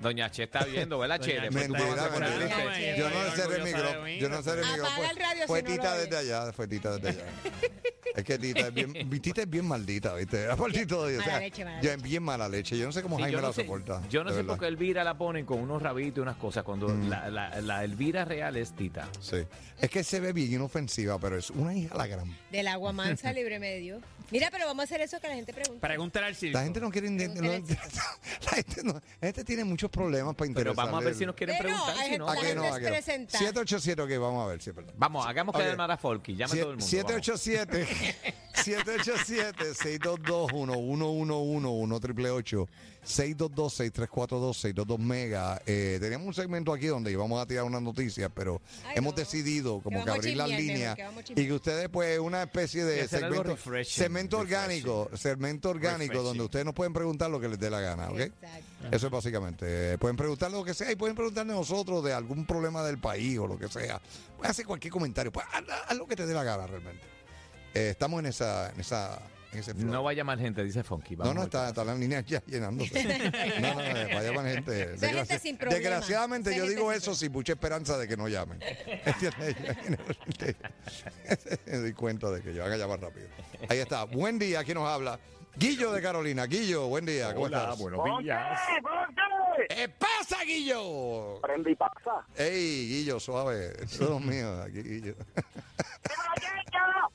doña Che está viendo, ¿verdad, Che? Doña Después tú Che. me vas a poner Mira, triste. Che. Yo Yo no no le sé cerré el el micrófono. micrófono. Yo no cerré el Apaga micrófono. el radio si Fue no lo Tita oyes. desde allá, fue Tita desde allá. Es que Tita es bien, vi- Tita es bien maldita, ¿viste? Aparte de todo, o sea, Mala leche, mala ya es bien mala leche. Yo no sé cómo Sí, Jaime yo no la sé, soporta. yo no de sé verdad. Mm. por qué Elvira la ponen con unos rabitos y unas cosas cuando la, la- la Elvira real es Tita. Sí. Es que se ve bien inofensiva, pero es una hija la gran. Del agua mansa libre medio. Mira, pero vamos a hacer eso que la gente pregunta. Pregúntale al circo. La gente no quiere. inte- Pregúntale no- la gente no. La gente tiene muchos problemas para Pero interesarle. vamos a ver si nos Eh, quieren Pero, preguntar. hay si no, gente- ¿A la que no? gente ¿A es que no? presentada. 787, ok, vamos a ver, sí, perdón. vamos, hagamos que Ok. el Marafolki. Llame a todo el mundo. vamos. 787 787 622 1111 triple 622 6342 622 mega eh, teníamos un segmento aquí donde íbamos a tirar unas noticias pero Ay, hemos no. decidido como Que vamos que, a abrir chismear, las mejor, líneas que vamos a y chismear. que ustedes pues una especie Y de hacer algo segmento refreshing, segmento orgánico segmento orgánico Refreshing. donde ustedes nos pueden preguntar lo que les dé la gana ¿ok? Exacto. Eso es básicamente. Eh, Pueden preguntar lo que sea y pueden preguntarnos nosotros de algún problema del país o lo que sea. Hace cualquier comentario. Pues, haz, haz lo que te dé la gana realmente. Eh, estamos en esa, en esa, en ese flow. No va a llamar gente, dice Funky. no, vamos no, al- está, está la línea ya llenándose. No, no, no, vaya para gente. Esa gente sin problema. Desgraciadamente Esa yo gente digo sin eso sin mucha esperanza de que no llamen. ¿Entiendes? Me doy cuenta de que yo van a llamar rápido. Ahí está. Buen día, aquí nos habla. Guillo de Carolina. Guillo, buen día. ¿Cómo estás? ¡Ponte! ¡Ponte! ¿Qué pasa, Guillo? Prende y pasa. Ey, Guillo, suave. Eso es mío, aquí, Guillo.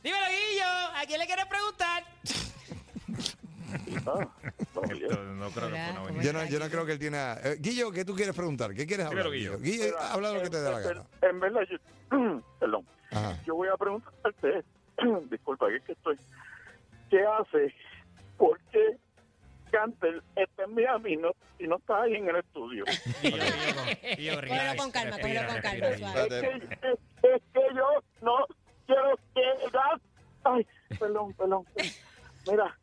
Dímelo, Guillo, ¿a quién le quieres preguntar? Ah, Oye, no creo Hola, ¿cómo Yo no, yo no creo que él tiene. eh, Guillo, ¿qué tú quieres preguntar? ¿Qué quieres hablar? Guillo, Guillo, mira, Eh, habla lo que te dé la en- gana. En, en verdad, yo, perdón, Ajá. yo voy a preguntarte, disculpa, que es que estoy, ¿qué hace? ¿Por qué Cantel está en Miami y no, y no está ahí en el estudio? es, Guillo, Guillo, Guillo, relax, con calma, respira, cógelo con respira, calma, Guillo. suave. que, es, es que yo no quiero que gas... Ay, perdón, perdón. Mira,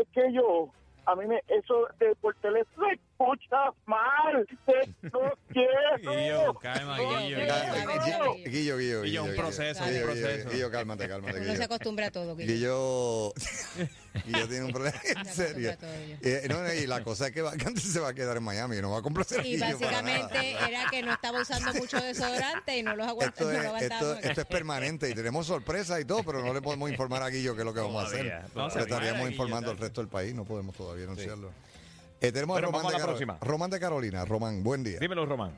es que yo... A mí me, eso de por teléfono se escucha mal. que No quiero. Guillo, calma, No Guillo. quiero. Calma, Guillo. Guillo, Guillo, Guillo. Guillo, un proceso, un Guillo, Guillo, proceso. Guillo, cálmate, cálmate. Uno se Guillo, acostumbra a todo, Guillo. Guillo, Guillo tiene un problema. En Se acostumbra serio. a todo, Guillo. Eh, no, no, y la cosa es que va- Cantel se va a quedar en Miami. No va a complacer a Y Guillo. para nada. básicamente era que no estaba usando mucho desodorante y no los Esto aguantaba. es, no lo esto, aguantábamos. esto es permanente y tenemos sorpresas y todo, pero no le podemos informar a Guillo qué es lo que vamos a Todavía, hacer. todavía. Le estaríamos Guillo, informando al tal. resto del país, no podemos todavía anunciarlo. Eh, tenemos Pero a Román vamos de, a la Caro- próxima. Román de Carolina. Román, buen día. Dímelo, Román.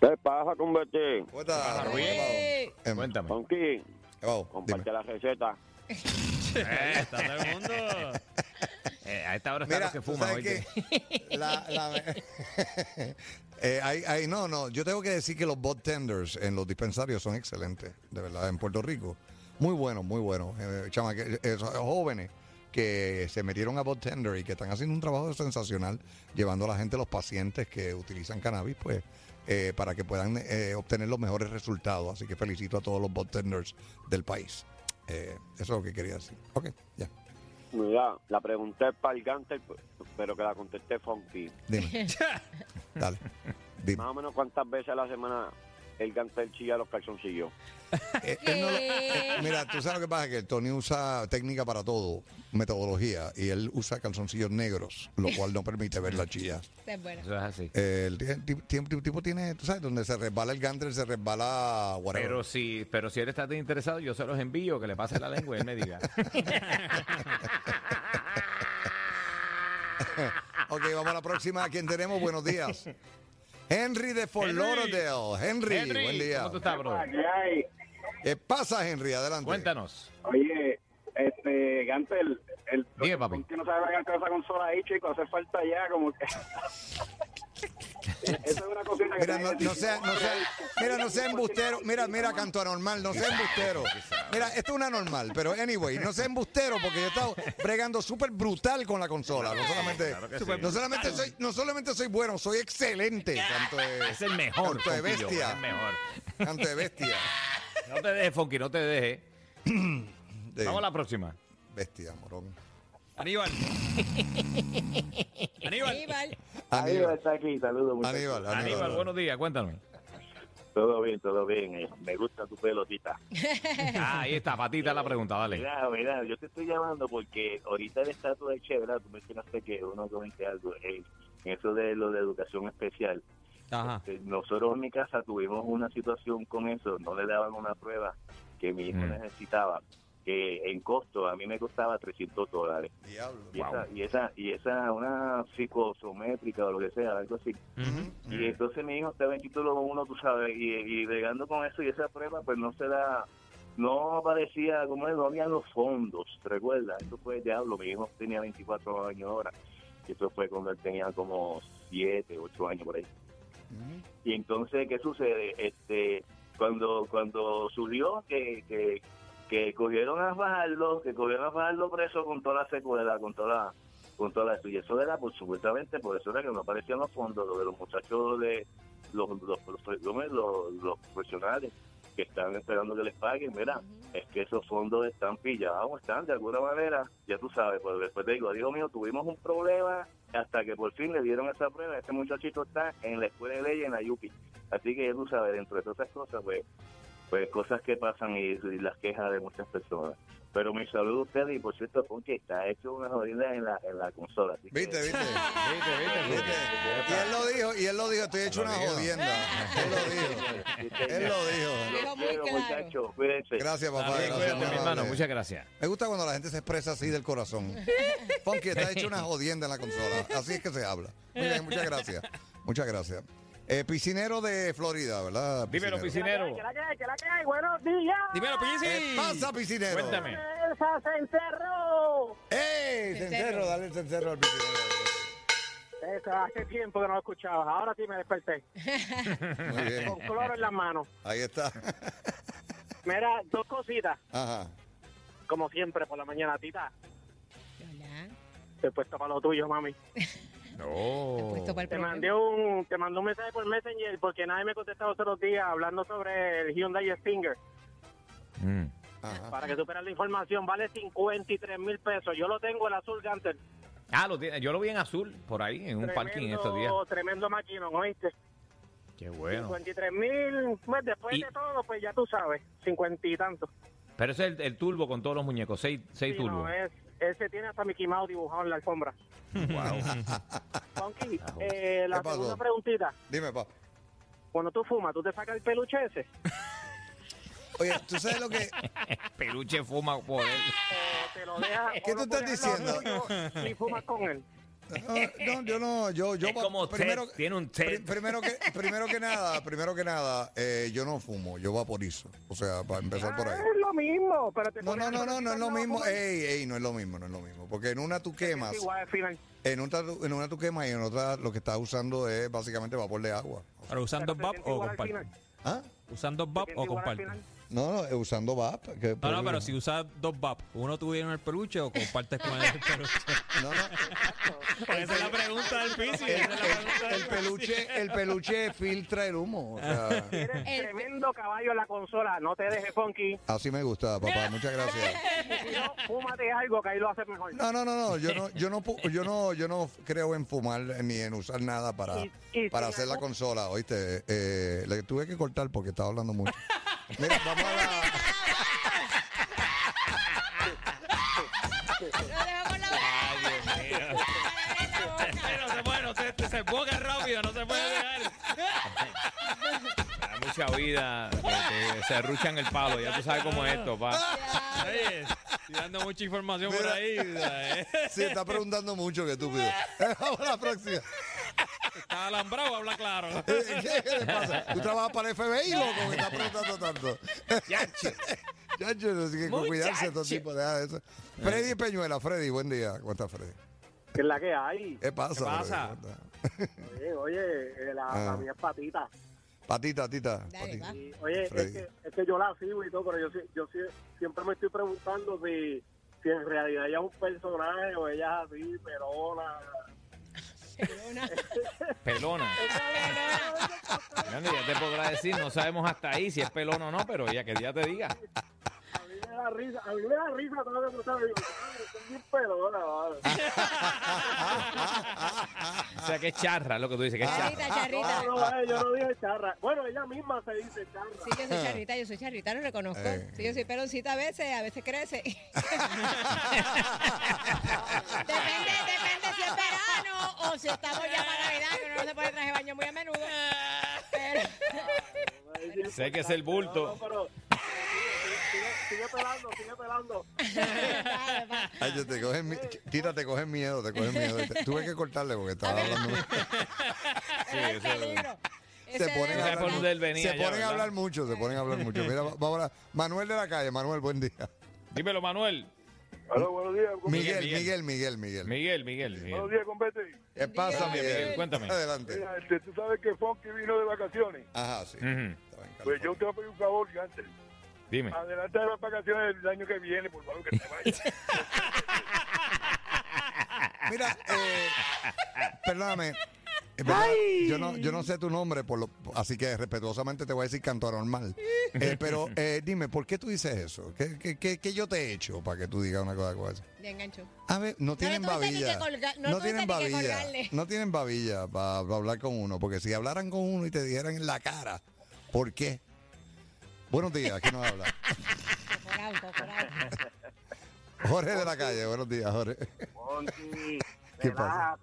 ¿Qué pasa con Betty? ¿Cómo estás, Román? Ey, Eh, Cuéntame. Tonki, wow, dime. comparte la receta. Eh, Está todo el mundo. Eh, a esta hora está Mira, los que tú fuman. sabes oye. que la- la- Eh, hay- hay- no, no, yo tengo que decir que los botenders en los dispensarios son excelentes, de verdad, en Puerto Rico. Muy buenos, muy buenos. Eh, chama- que- eh, jóvenes que se metieron a botender y que están haciendo un trabajo sensacional, llevando a la gente, los pacientes que utilizan cannabis, pues, eh, para que puedan eh, obtener los mejores resultados. Así que felicito a todos los botenders del país. Eh, eso es lo que quería decir. Ok, ya, Mira, la pregunté para el Gantel, pues, pero que la contesté Funky. dime. Dale. Dime. Más o menos cuántas veces a la semana el gantel chilla los calzoncillos. Eh, él no lo- ¿Qué? eh, mira, tú sabes lo que pasa, que el Tony usa técnica para todo, metodología, y él usa calzoncillos negros, lo cual no permite ver la chilla. Está bueno. Eso es así. Eh, El, ti- ti- ti- ti- tipo tiene, tú sabes, donde se resbala el gantel, se resbala whatever. Pero si, pero si él está tan interesado, yo se los envío, que le pase la lengua y él me diga. Ok, vamos a la próxima. ¿A quién tenemos? Buenos días. Henry de Fort Henry. Lauderdale. Henry, Henry, buen día. ¿cómo tú estás, bro? ¿Qué pasa, Henry? Adelante. Cuéntanos. Oye, este, Gantel, el, Dime, papi. que no sabe bregar con esa consola ahí, chico, hace falta ya, como que... Esa es una cosita eh, que... Mira, no, no sea, no sea, mira, no sea embustero. Mira, mira, canto anormal, no sea embustero. Mira, esto es una normal, pero anyway, no sea embustero porque yo he estado bregando súper brutal con la consola. No solamente, Claro que sí. no solamente soy, no solamente soy bueno, soy excelente. Canto de, Es el mejor. Canto de Fonquillo, Es el bestia. mejor. Canto de bestia. No te dejes, Fonky, no te dejes. De- Vamos a la próxima. Bestia, morón. Aníbal. Aníbal. Aníbal. Aníbal Aníbal, está aquí, saludos muchachos. Aníbal, Aníbal, Aníbal. buenos días, cuéntame. Todo bien, todo bien, eh. me gusta tu pelotita. Ah, ahí está, patita la pregunta, dale. Mira, mira, yo te estoy llamando porque ahorita el estatus de Che, ¿verdad? Tú mencionaste que uno comete algo. eh, en eso de lo de educación especial, Ajá. Eh, nosotros en mi casa tuvimos una situación con eso, no le daban una prueba que mi hijo Mm. necesitaba, que en costo a mí me costaba 300 dólares. Diablo. Y, esa, y esa, y esa, una psicosométrica o lo que sea, algo así. Mm. Y entonces mi hijo estaba en título uno, tú sabes, y, y bregando con eso y esa prueba, pues no se la, no parecía, como es, no había los fondos, ¿te recuerdas? Eso fue diablo, mi hijo tenía 24 años ahora, y eso fue cuando él tenía como 7, 8 años por ahí. Y entonces, ¿qué sucede? Este, cuando cuando subió que, que, que cogieron a bajarlo, que cogieron a bajarlo preso con toda la secuela, con toda la, con toda la, y eso era por supuestamente por eso era que no aparecían los fondos, lo de los muchachos de los los, los- los- los- los profesionales que están esperando que les paguen, mira, es que esos fondos están pillados, están de alguna manera, ya tú sabes, pues después te digo, Dios mío, tuvimos un problema hasta que por fin le dieron esa prueba, este muchachito está en la escuela de ley en la Yupi, así que ya tú sabes, dentro de todas esas cosas, pues, pues cosas que pasan y, y las quejas de muchas personas. Pero mi saludo a ustedes y por cierto, Ponche está hecho una jodida en la, en la consola. así que- ¿Viste, viste? Viste, viste, ¿Viste? Fonky. Y él lo dijo, y él lo dijo, estoy hecho Lo una dijo. jodienda. Él lo dijo. Él lo dijo. Dijo Los muy quiero, claro. muchachos, cuídense. Gracias, papá. Está bien, cuídate, gracias, muy Cuídate, mi amable. hermano, muchas gracias. Me gusta cuando la gente se expresa así del corazón. Ponky, está hecho una jodienda en la consola. Así es que se habla. Muy bien, muchas gracias. Muchas gracias. Eh, piscinero de Florida, ¿verdad? Dímelo, piscinero. la que hay, que la que hay, buenos días. Dímelo, ¿Qué Pisi. pasa, piscinero? Cuéntame. Esa se encerró. Cencerro. ¡Ey! Cencerro, dale el cencerro al piscinero. Eso, hace tiempo que no lo escuchaba. Ahora sí me desperté. Muy Con bien. cloro en las manos. Ahí está. Mira, dos cositas. Ajá. Como siempre, por la mañana, tita. Hola. Te he puesto para lo tuyo, mami. Te he puesto No. para el Te problema. mandé un, te mandé un mensaje por Messenger porque nadie me contestaba todos los días hablando sobre el Hyundai Stinger. Mm. Ajá. Para que superas la información, vale 53 mil pesos. Yo lo tengo el azul Gantel. Ah, lo tiene- yo lo vi en azul, por ahí, en un parking estos días. Tremendo maquinón, ¿oíste? Qué bueno. 53 mil, pues después Y- de todo, pues ya tú sabes, 50 y tanto. Pero ese es el, el turbo con todos los muñecos, seis, seis Sí, no, eh. turbos. es- ese tiene hasta Mickey Mouse dibujado en la alfombra. Funky, eh, la ¿Qué pasó? segunda preguntita. Dime, papá. Cuando tú fumas, ¿tú te sacas el peluche ese? Oye, ¿tú sabes lo que...? Peluche fuma por él. ¿O te lo dejas, ¿Qué o tú lo estás pones al lado diciendo? tuyo Y fumas con él. No, no, yo no, yo, yo Es como Ted, tiene un Ted. pri- primero que, primero que nada, primero que nada, eh, yo no fumo, yo vaporizo. O sea, para empezar por ahí. Ah, es lo mismo, pero te No, pones no, no, no, no es lo al mismo. eh, lado, Ey, ey, no es lo mismo, no es lo mismo. Porque en una tú es quemas, Igual al final. en, otra, tú- en una tú quemas y en otra lo que estás usando es básicamente vapor de agua. Pero usando Pero se Bob siente o igual al comparto. final, ¿Ah? Usando se Bob siente o igual al comparto. final. No, no, eh, usando VAP. que No, no, prohíbe. pero si usas dos VAP, uno tú tienes el peluche o compartes con el peluche. No, no, Esa es la pregunta del físico. el, el- el peluche, el peluche filtra el humo. o sea, Eres El- tremendo caballo en la consola, no te dejes funky. así me gusta, papá. Muchas gracias. Y no, fúmate algo que ahí lo haces mejor. No, no, no, no. Yo no, yo no, pu- yo no, yo no creo en fumar eh, ni en usar nada para, Y- y para si hacer la algún- consola, oíste. Eh, le tuve que cortar porque estaba hablando mucho. Mira, vamos a la. Lo dejamos la boca. No se puede, no se, se boca rápido, no se puede dejar. Hay mucha vida. que- que se arruchan el palo. Ya tú sabes cómo es esto, pa. Oye, tirando mucha información por Mira. ahí. ¿sabes? Sí, está preguntando mucho que estúpido. Vamos a la próxima. Está alambrado, habla claro. Eh, ¿Qué, qué le pasa? ¿Tú trabajas para el FBI, loco? Que está preguntando tanto. Ya, así que con cuidarse estos tipos de eso. Freddy Peñuela, Freddy, buen día. ¿Cómo estás, Freddy? Que es la que hay. ¿Qué pasa? ¿Qué pasa? Freddy? Oye, oye, eh, la, Ah. la mía es patita. Patita, tita. Dale, patita. va. Y, oye, es Freddy. que, es que yo la sigo y todo, pero yo, sí- yo sí- siempre me estoy preguntando si, si en realidad ella es un personaje o ella es así, pelona. Perdona. Pelona. Bueno, ya te podrá decir, no sabemos hasta ahí si es pelón o no, pero ya que ya te diga. A mí me da risa, a mí me da risa todo lo que tú sabes. Digo, "Ay, esto es bien pelona, vale". O sea, que es charra, lo que tú dices, que es Ah. charra. Ah. Charrita, charrita. No, no, vale, yo no dije charra. Bueno, ella misma se dice charra. Sí, yo soy charrita, yo soy charrita, lo reconozco. Eh. Sí, yo soy peloncita a veces, a veces crece. depende, depende si es verano o si estamos ya para Navidad, que uno no se puede traje de baño muy a menudo. Pero, Sé que es el No, bulto. no, pero eh, sigue, sigue pelando, sigue pelando. Vale, va. Ay, yo te cogen, mi- tita, te cogen miedo, te cogen miedo. Te- Tuve que cortarle porque estaba hablando. mucho. eso Ese es es el peligro. Se Ese ponen, Esa fue de a hablar, por donde él venía ya, se ponen a ¿verdad? hablar mucho, se ponen a hablar mucho. Mira, va- vamos a Manuel de la calle, Manuel, buen día. Dímelo, Manuel. Hola, buenos días. Miguel, Miguel, Miguel. Miguel, Miguel, Miguel, Miguel. Miguel. Buenos Miguel. días, compete. ¿Qué pasa, Miguel, Miguel? Miguel, cuéntame. Adelante. Mira, este, tú sabes que Funky vino de vacaciones. Ajá, sí. Ujú, Estaba en Pues yo California. te voy a pedir un favor, antes. Dime. Adelante las vacaciones del año que viene, por favor, que te vayas. Mira, eh, perdóname. es verdad, Yo no, yo no sé tu nombre, por lo, así que respetuosamente te voy a decir canto normal. Eh, pero eh, dime, ¿por qué tú dices eso? ¿Qué, qué, qué- qué yo te he hecho para que tú digas una cosa como esa? Le engancho. A ver, no tienen tuviste ni babilla. que colga- no tuviste tienen ni que babilla. colgarle. No tienen babilla para hablar con uno, porque si hablaran con uno y te dijeran en la cara, ¿por qué? Buenos días, ¿quién nos habla? Cocorao, cocorao. Jorge de la calle, buenos días, Jorge. Monty, ¿Qué pasa?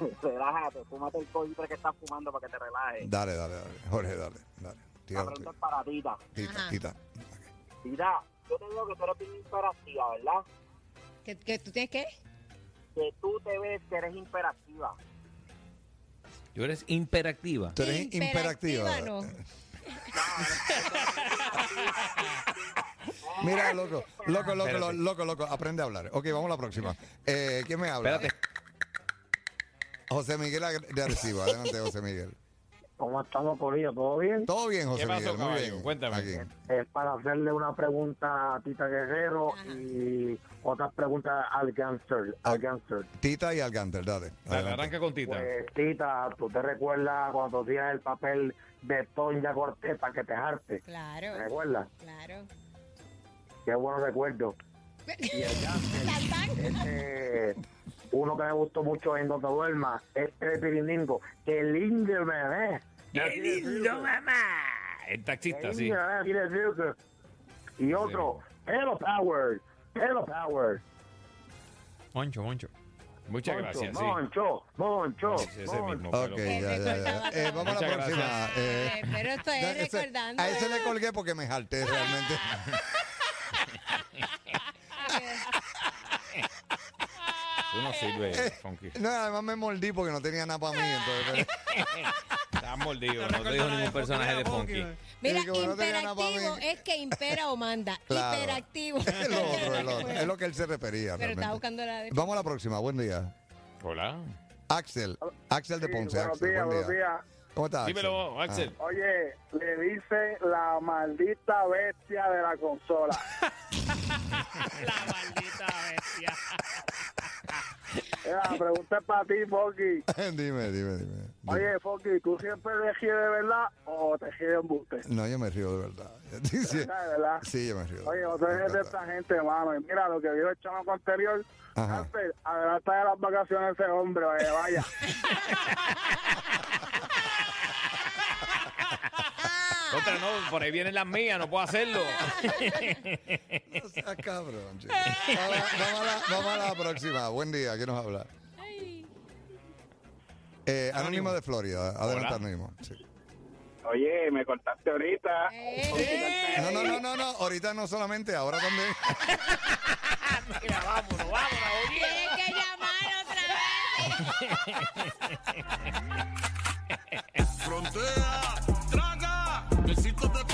relájate, relájate, fúmate el coitre que estás fumando para que te relajes. Dale, dale, dale. Jorge, dale, dale. La Tira, pregunta es para Tita. tita, Ajá. tita. Tita, yo te digo que tú eres bien imperativa, ¿verdad? ¿Que, que tú tienes qué? Que tú te ves que eres imperativa. Yo eres imperactiva. Tú eres Imperactiva, imperactiva. no. Mira, loco, loco, loco, loco, loco, loco, aprende a hablar. Ok, vamos a la próxima. Eh, ¿Quién me habla? Espérate. José Miguel Agre- de Arecibo. Adelante, José Miguel. ¿Cómo estamos, Corillo? ¿Todo bien? Todo bien, José ¿Qué pasó, Miguel. Muy caballo? bien. Cuéntame. Aquí. Es para hacerle una pregunta a Tita Guerrero Ajá. y otras preguntas al gangster. Al gangster. Tita y Alcantar, dale. Dale, adelante. arranca con Tita. Pues, Tita, ¿tú te recuerdas cuando tú hacías el papel de Toña Cortés para que te jarte? ¿Te Claro, recuerdas? claro. Qué bueno recuerdo. Y el gánster, Saltán. eh, uno que me gustó mucho en Donde Duerma este es el Pirindingo. ¡Qué lindo me ve! ¡Qué lindo, mamá! El ¡Qué taxista, sí. lindo me ve! así le digo. Y otro, Hello Power. Hello Power. Moncho, Moncho. Muchas Moncho, gracias, sí. Moncho, Moncho, Sí, ese Moncho. mismo. Ok, pero- ya, ya, ya. Recordaba Eh, vamos a la Muchas próxima. gracias. Eh, Eh, Pero estoy ya, ese- recordando. eh. a ese le colgué porque me jalté realmente. Tú no sirves, Funky. No, además me mordí porque no tenía nada para mí. Entonces, Estás mordido, no te dijo ningún personaje de Funky. Mira, Sí, como no tenía nada pa' imperactivo mí. es que impera o manda. Claro. Imperactivo. es lo otro, es lo otro. Es lo que él se refería. Pero estaba realmente. buscando la de. Vamos a la próxima. Buen día. Hola. Axel. Axel de Sí, Ponce. buenos Axel, días, buen buenos día. días. ¿Cómo estás? Axel? Dímelo, Axel. Oye, le dice la maldita bestia de la consola. La maldita bestia. La pregunta es para ti, Foki. Ah, dime, dime, dime. Oye, Foki, ¿tú siempre te ríes de verdad o te ríes de embuste? No, yo me río de verdad. Sí, sí. De verdad. Sí, yo me río. de Oye, no te verdad, dejes de de verdad. esta gente, mano. Y mira lo que dijo el chamaco anterior. Ajá. Alfred, adelanta de las vacaciones ese hombre, oye, vaya. Otra no, por ahí vienen las mías, no puedo hacerlo. No seas Ah, cabrón, chico. Vamos, a- vamos a la, vamos a la próxima. Buen día, ¿quién nos habla? Eh, anónimo. de Florida. Adelante, Hola. Anónimo. Sí. Oye, me cortaste ahorita. Eh, No, no, no, no, no. Ahorita no solamente, ahora también. Mira, vámonos, vámonos, oye. Tienes que llamar otra vez. Frontera, traga, besitos de